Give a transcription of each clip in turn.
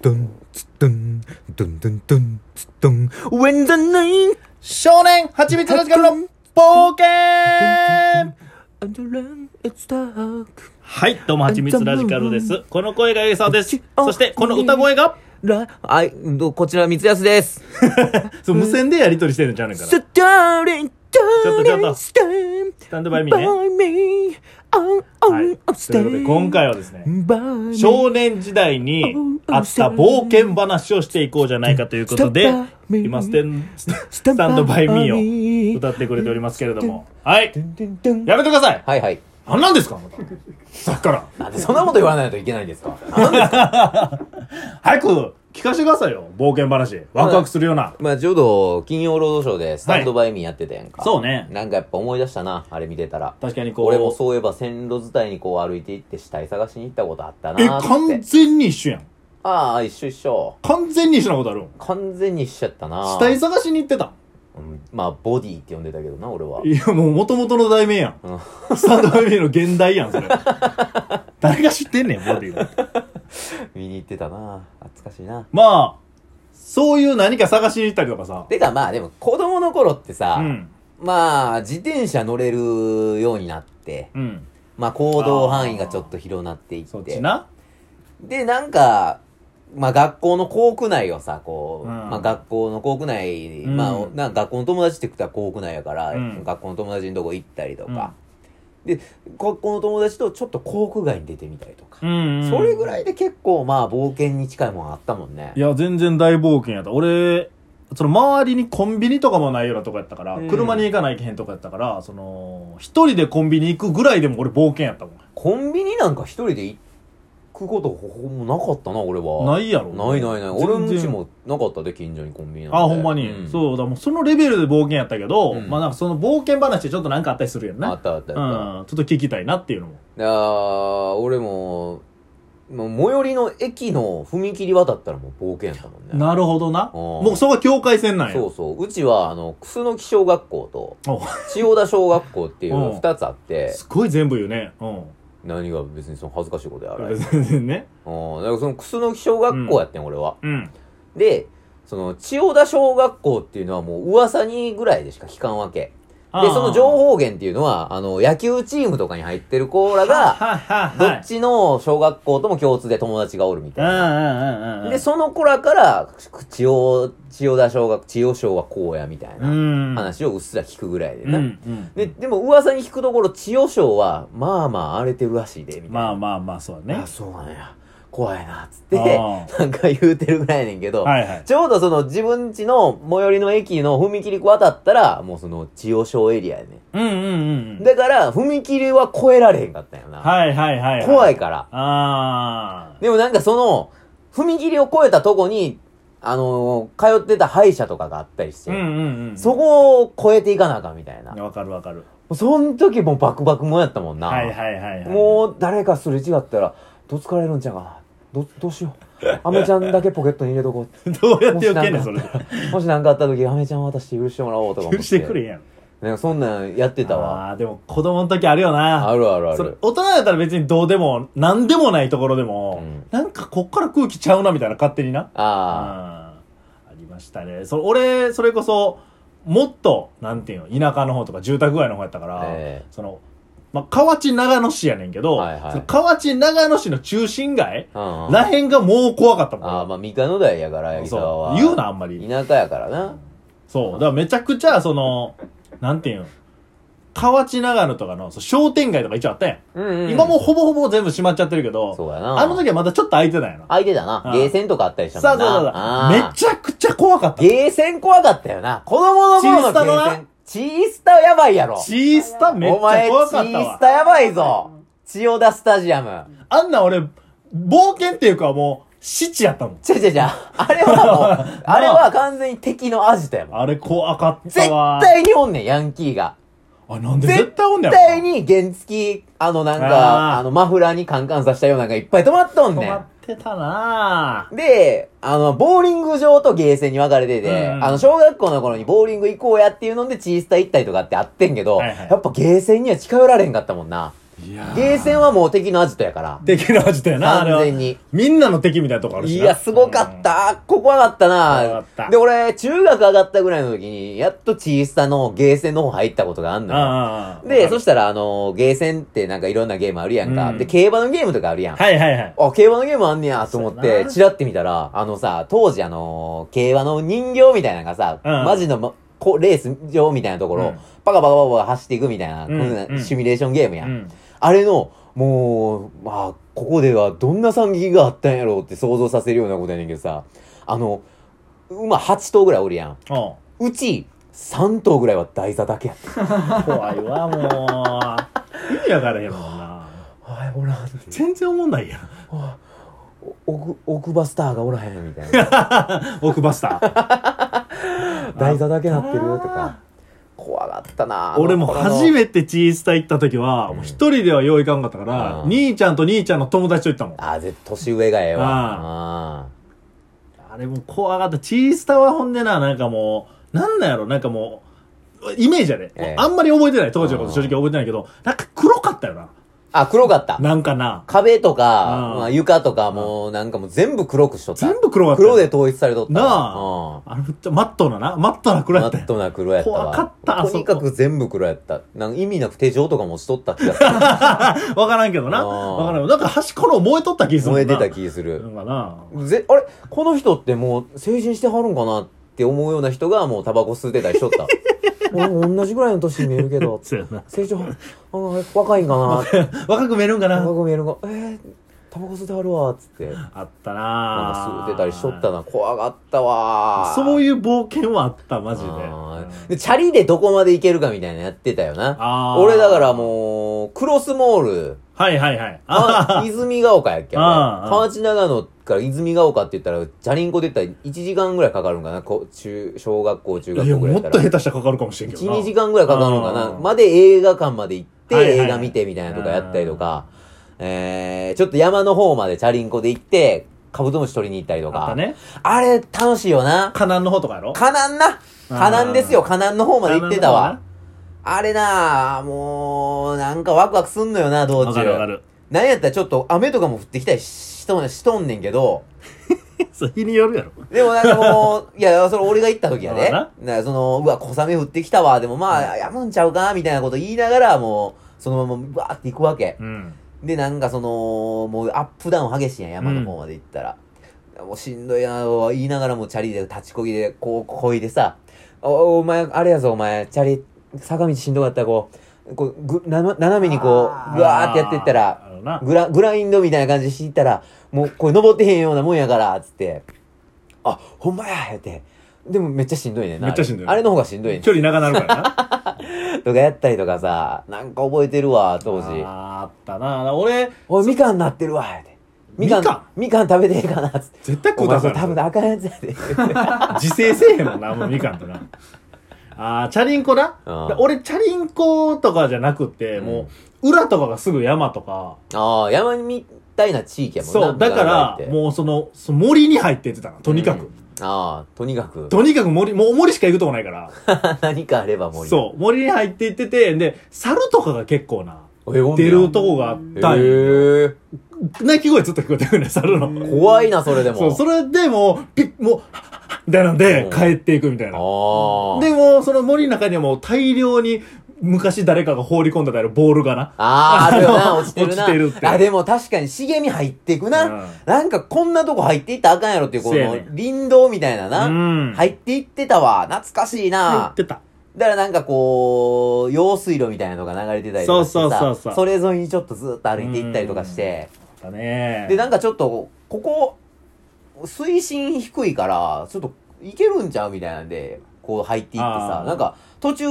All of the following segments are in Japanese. ドン、ツッドン、ドンドンドン、ツッドン、When the night 少年はちみつの時間の冒険 and the land is dark はい、どうもはちみつラジカルです。この声がエイサーです。あそして、この歌声が、ら、あい、どこちら、三安です。そう無線でやりとりしてるんちゃうねんから。スターリン、ちょっとちょっとスタン、スタンドバイミーね me, on, はい。ということで、今回はですね、回少年時代にあった冒険話をしていこうじゃないかということで Stand by、me 今ステン、スタンドバイミーを歌ってくれておりますけれども。はい。やめてくださいはいはい。何なんですかまた。さっきから。なんでそんなこと言わないといけないんですか早く聞かせてくださいよ。冒険話。ワクワクするような。まあちょうど、金曜ロードショーでスタンドバイミーやってたやんか。そうねなんかやっぱ思い出したな、あれ見てたら。確かにこう。俺もそういえば線路伝いにこう歩いて行って死体探しに行ったことあったなえ、ーって。完全に一緒やん。ああ、一緒一緒。完全に一緒なことあるん完全に一緒やったな死体探しに行ってたんうんまあ、ボディって呼んでたけどな、俺は。いや、もう元々の題名やん。うんスタンドバイミーの現代やん、それ。誰が知ってんねん、ボディは。見に行ってたな懐かしいな。まあ、そういう何か探しに行ったりとかさ。てかまあでも、子供の頃ってさ、うん。まあ、自転車乗れるようになって、うん。まあ行動範囲がちょっと広なっていって。そっちな。で、なんか、まあ学校の校区内をさ、こう、うんまあ学校の校区内、うんまあな学校の友達って言ったら校区内やから、うん学校の友達のとこ行ったりとか、で、学校の友達とちょっと校区外に出てみたりとか、んそれぐい。らいで結構まあ冒険に近いもんあったもんね。いや、全然大冒険やった。俺、その周りにコンビニとかもないようなとこやったから、うん車に行かないけへんとこやったから、その、一人でコンビニ行くぐらいでも俺冒険やったもん。コンビニなんか一人で行くことほほぼなかったな、俺は。ないやろ。ないないない。全然俺の家もなかったで、近所にコンビニなんて。あ、ほんまに。うそうだ、もうそのレベルで冒険やったけど、うんまあなんかその冒険話でちょっとなんかあったりするよね。あったあったあった。うん、ちょっと聞きたいなっていうのも。いやー俺も、もう最寄りの駅の踏切渡ったらもう冒険やったもんね。なるほどな。うんもうそこは境界線なんや。そうそう。うちは、あの、楠木小学校と、お千代田小学校っていううん二つあって、すごい全部言うね。うん。何が別にその恥ずかしいことやあれ。うん。だか全然ね。らその楠木小学校やってん、俺は。うん。で、その、千代田小学校っていうのはもう噂にぐらいでしか聞かんわけ。あで、ーその情報源っていうのは、あの、野球チームとかに入ってる子らはが、はははどっちの小学校とも共通で友達がおるみたういんうんな。うんうん。。で、その子らから、千代、千代田小学、千代小はこうや、みたいうなん話をうっすら聞くぐらいでうな。んうん。で、でも噂に聞くところ、千代小は、まあまあ荒れてるらしいで、みたいな。まあまあまあ、そうだあね。そうなんや。怖いな、つって、あなんか言うてるぐらいやねんけど、はいはい。ちょうどその自分家の最寄りの駅の踏切渡ったら、もうその千代小エリアやねうんうんうんうん。だから、踏切は越えられへんかったんやな。はいはいはいはい。怖い。から。あでもなんかその、踏切を越えたとこに、あのー通ってた歯医者とかがあったりして、ー。うんうんうん。そこを越えていかなあかんみたいな。わかるわかる。そん時もうバクバクもんやったもんな。はいはいはいはい。もう誰かすれ違ったら、どつかれるんちゃうかな。ど、どうしよう。アメちゃんだけポケットに入れとこ う。どうやって受けんねん、それ。もし何かあった時、アメちゃん渡して許してもらおうとか思って。許してくれやん。なんかそんなんやってたわ。あーでも子供の時あるよな。あるあるあそれる。大人だったら別にどうでも、なんでもないところでも、うんなんかこっから空気ちゃうなみたいな勝手にな。ああありましたね。そ俺、それこそ、もっと、なんていうの、田舎の方とか住宅街の方やったから、ええその、まあ、河内長野市やねんけど、はいはいその河内長野市の中心街、あ。うん。らへんがもう怖かったもん。ああ、まあ、三河台やから、八木沢そは。う。言うな、あんまり。田舎やからな。そう。だからめちゃくちゃ、その、なんていうの、河内長野とかのそう商店街とか一応あったやん。うん、今もうほぼほぼ全部閉まっちゃってるけど、そうやな。あの時はまだちょっと空いてたんやな。空いてたなう。んゲーセンとかあったりしたさあもんな。そうあそうそう。めちゃくちゃ怖かった。ーゲーセン怖かったよな。子供の頃のゲーセン。チースタやばいやろ。チースタめっちゃお前、チ怖かったースわ。タやばいぞ。千代田スタジアム。あんな俺、冒険っていうかもう、七やったもん。、ちゃちゃちゃ、あれはもう あれは完全に敵のアジトやもん。あれ怖かっ絶たわ。対におんねん、ヤンキーが。あ、なんで絶対おんね絶や対に原付き、あのなんあーか、あのマフラーにカンカンさせたようなんかいっぱい止まっとんね止まんっ。てたなぁ。で、あの、ボーリング場とゲーセンに分かれてて、うんあの、小学校の頃にボーリング行こうやっていうので、チースタ行ったりとかってあってんけど、はいはいやっぱゲーセンには近寄られへんかったもんな。いやゲーセンはもう敵のアジトやから。敵の味だよな、あれ完は。全に。みんなの敵みたいなとこあるしいな。や、すごかった。ここ怖かった怖なかったで、俺、中学上がったぐらいの時に、やっとチースタのゲーセンの方入ったことがあんうん。のよ。ああ。で、そししたら、あの、ゲーセンってなんかいろんなゲームあるやんか。うんで、競馬のゲームとかあるやん。はいはいはい。あ、競馬のゲームあんねやと思っそうやて、なチラって見たら、あのさ、当時あのー競馬の人形みたいなのがさ、うんマジの、ま、こレース場みたいなところ、うんパカパカパカパカ走っていくみたいな、んこんなうんシミュレーションゲームや。うんん。あれの、もう、まあ、ここではどんな惨劇があったんやろうって想像させるようなことやねんけどさ、あの、馬8頭ぐらいおるやん。おううち、3頭ぐらいは台座だけやって。怖いわ、もう。意味わからへんもんな。はい、おらんって。全然思んないやん。奥、奥バスターがおらへんみたいな。奥バスタ ー。台座だけなってるとか。怖かったな俺も初て。めてチースター行った時は、もう一人ではよういかんかったから、うん兄ちゃんと兄ちゃんの友達と行ったもん。あ、絶対年上がええわ。あああれも怖かった。チースターはほんでな、なんかもう、なんなんやろ、なんかもう、イメージやで。ええあんまり覚えてない。当時のこと正直覚えてないけど、なんか黒かったよな。あ。あ、黒かった。なんかな。壁とか、うんまあ、床とかも、なんかもう全部黒くしとった。全部黒かったよ。黒で統一されとった。なあうんあの、マットなな。マットな黒やマったッよ。トな黒やったわ。怖かったあそことにかく全部黒やった。なんか意味なく手錠とかもしとった 気がする。わからんけどな。うんわからんけど。なんか端っこの燃えとった気するも燃えんなてた気すなる。んかな。ぜ、あれこの人ってもう成人してはるんかなって思うような人がもうタバコ吸ってたりしと った。俺も同じぐらいの年に見えるけど、そうやな。成長、あ若いんかな 若く見えるんかな。若く見えるんか、えー、タバコ吸ってはるわ、つって。なんあったかな吸ってたりしとったな。怖かったわ。そうう。いう冒険はあった、マジで。で、チャリでどこまで行けるかみたいなのやってたよな。あー俺だからもう、クロスモール、はいはいはい。あ泉ヶ丘やっけあああれ河内長野から泉ヶ丘って言ったら、チャリンコで言ったら1時間ぐらいかかるんかなこう中、小学校、中い学や、校ぐらいもやっっとたら。下手したらかかるかもしれんけど1、な。 2時間ぐらいかかるんかあなあまで映画館まで行って、はいはいはい映画見てみたいなとかやったりとか、えー、ちょっと山の方までチャリンコで行って、カブトムシ取りに行ったりとあっか。たね。あれ、楽しいよな。カナンの方とかやろカナンな。カナンですよ。カナンの方まで行ってたわ。。あれなあもう、なんかワクワクすんのよな、道カナンの方なわか。中るわかる。 なんやったらちょっと雨とかも降ってきたりしとんしとんねんけど、そう、日によるやろ。でもなんかもう、い や、それ俺が行った時はね、まあなその、うわ、小雨降ってきたわ、でもまあ、やむんちゃうかみたいなこと言いながら、もう、そのまま、わーって行くわけ。うん。で、なんかその、もうアップダウン激しいやん、山の方まで行ったら。もうしんどいなと言いながらもチャリで立ちこぎで、こう、こいでさ、お、お前、あれやぞ、お前、チャリ、坂道しんどかったらこう、こう、ぐ、なま、斜めにこう、ぐわーってやってったら、あのな。グラ、グラインドみたいな感じでしていったら、もうこれ登ってへんようなもんやから、つって。あ、ほんまや、言って。でもめっちゃしんどいねんな。めっちゃしんどいあれの方がしんどいねん。距離長なるからな。とかやったりとかさ、なんか覚えてるわ、当あ時。ーあったな。俺、おい、みかんなってるわ、言って。みかん、みかみかん食べてえかな、つって。絶対お食う前たかそれら多分あかんやつや で。自制せえへんもんな、もうみかんとな。あーチャリンコなうん。俺、チャリンコとかじゃなくて、もう、裏とかがすぐ山とか、ああ、山みたいな地域やもんな。そう、だかみら、んなってもうその、その森に入ってってたな、とにかうくん。ああ、とにかく。とにかく森、もう森しか行くとこないから。 何かあれば森。そう、森に入っていってて、で、猿とかが結構な、う。え、おんね出やるとこがあったんよ。へえ。鳴き声ずっと聞こえてくるね、猿の。怖いな、それでも。そう、それでもう、ピッ、もう、みたいなんでうん、帰っていくみたいな。でああ。も、その森の中にはもう大量に、昔誰かが放り込んだであるボールがな。ああ、あるよあ な、の落ちてるな。落ちてるってあ、でも確かに茂み入っていくな。うんなんかこんなとこ入っていったらあかんやろっていう、こせやのねん林道みたいなな。うん入っていってたわ。懐かしい言っな。てた。だからなんかこう、用水路みたいなのが流れてたりとかしてさそうそうそうそうれ沿いにちょっとずっと歩いていったりとかして。だねで、なんかちょっと、ここ、水深低いから、ちょっと行けるんちゃうみたいなんで、こう入っていってあさー、なんか途中、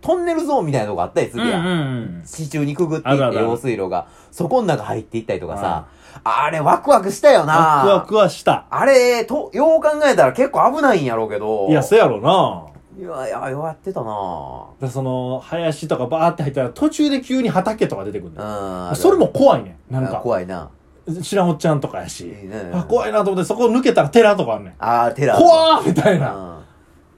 トンネルゾーンみたいなのがあったりすうるんうやんん地中にくぐっていあるあっるて、ある用水路が、そこん中入っていったりとかさ、あれワクワクしたよなワクワクはした。あれ、と、よう考えたら結構危ないんやろうけど。いや、そやろな。いや、いや、やってたなだからその、林とかバーって入ったら、途中で急に畑とか出てくるんだよ。うん。それも怖いねん。なあれ、んか、怖いな。知らんおっちゃんとかやし。いいねあ、怖いなと思って、そこ抜けたら寺とかあんねん。あー、テラ。怖ーみたいな。うん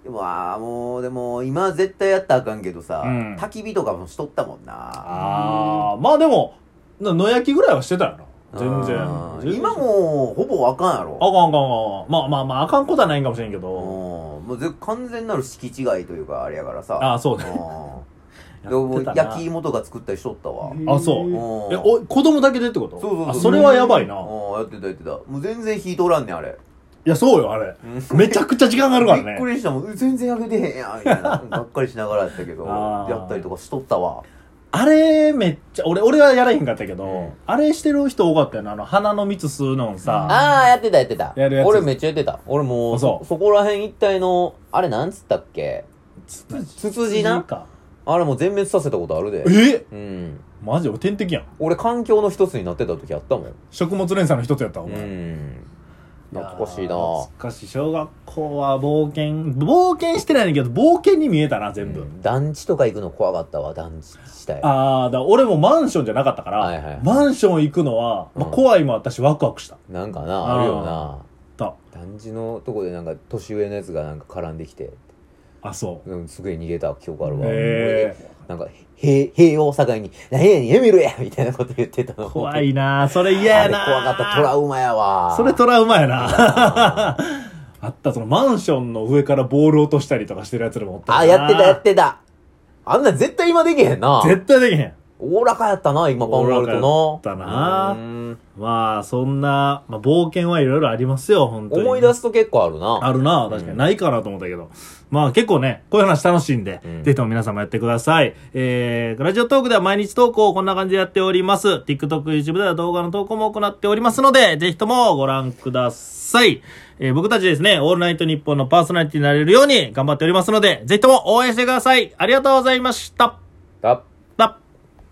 でもあーもうでも今は絶対やったらあかんけどさ、うん焚き火とかもしとったもんなああまあでもな野焼きぐらいはしてたよな全然うん全然今もうほぼあかんやろあかんあかんあかんまあまあまああかんことはないんかもしれんけうんどもうぜ完全なる敷地外というかあれやからさああそううんねでもやってたな焼き芋とか作ったりしとったわ、あそうんうえお子供だけでってことそうそうそうあそれはやばいなうんやってたやってたもう全然火通らんねんあれいやそうよあれめちゃくちゃ時間があるからびっくねりしたもん全然焼けてへんやんみたいながっかりしながらやったけど あーやったりとかしとったわあれめっちゃ俺俺はやらへんかったけど、うんあれしてる人多かったよなあの花の蜜吸うのんさああやってたやってたやるやつ俺めっちゃやってた俺もうあそそこら辺一帯のあれなんつったっけつつつつじなかあれもう全滅させたことあるでえうんマジ俺天敵やん俺環境の一つになってた時あったもん食物連鎖の一つやったおう前、ん懐かしいやなー懐かしい小学校は冒険冒険してないねんけど冒険に見えたな全部、うん団地とか行くの怖かったわ団地自体ああだから俺もマンションじゃなかったから、はいはいマンション行くのは、まあうん怖いもあったしワクワクしたなんかなあるよなだ団地のとこでなんか年上のやつがなんか絡んできてあそううんすげえ逃げた記憶あるわえなんか、へ平を境に、何やねん、やめろやみたいなこと言ってたー、の。怖いいなーそれ嫌ややなー怖かった、トラウマやわ。それトラウマやな。 あった、そのマンションの上からボール落としたりとかしてるやつらもおったなあ、やってた、やってた。あんなん絶対今できへんな。絶対できへん。おおらかやったな、今考えるとな。おおらかやったなうーんまあ、そんな、まあ、冒険はいろいろありますよ、本当に。思い出すと結構あるな。あるな、確かうんに。ないかなと思ったけど。まあ結構ね、こういう話楽しいんで、うんぜひとも皆さんもやってください。えー、ラジオトークでは毎日投稿をこんな感じでやっております。TikTok、YouTube では動画の投稿も行っておりますので、ぜひともご覧ください。えー、僕たちですね、オールナイトニッポンのパーソナリティになれるように頑張っておりますので、ぜひとも応援してください。ありがとうございました。あ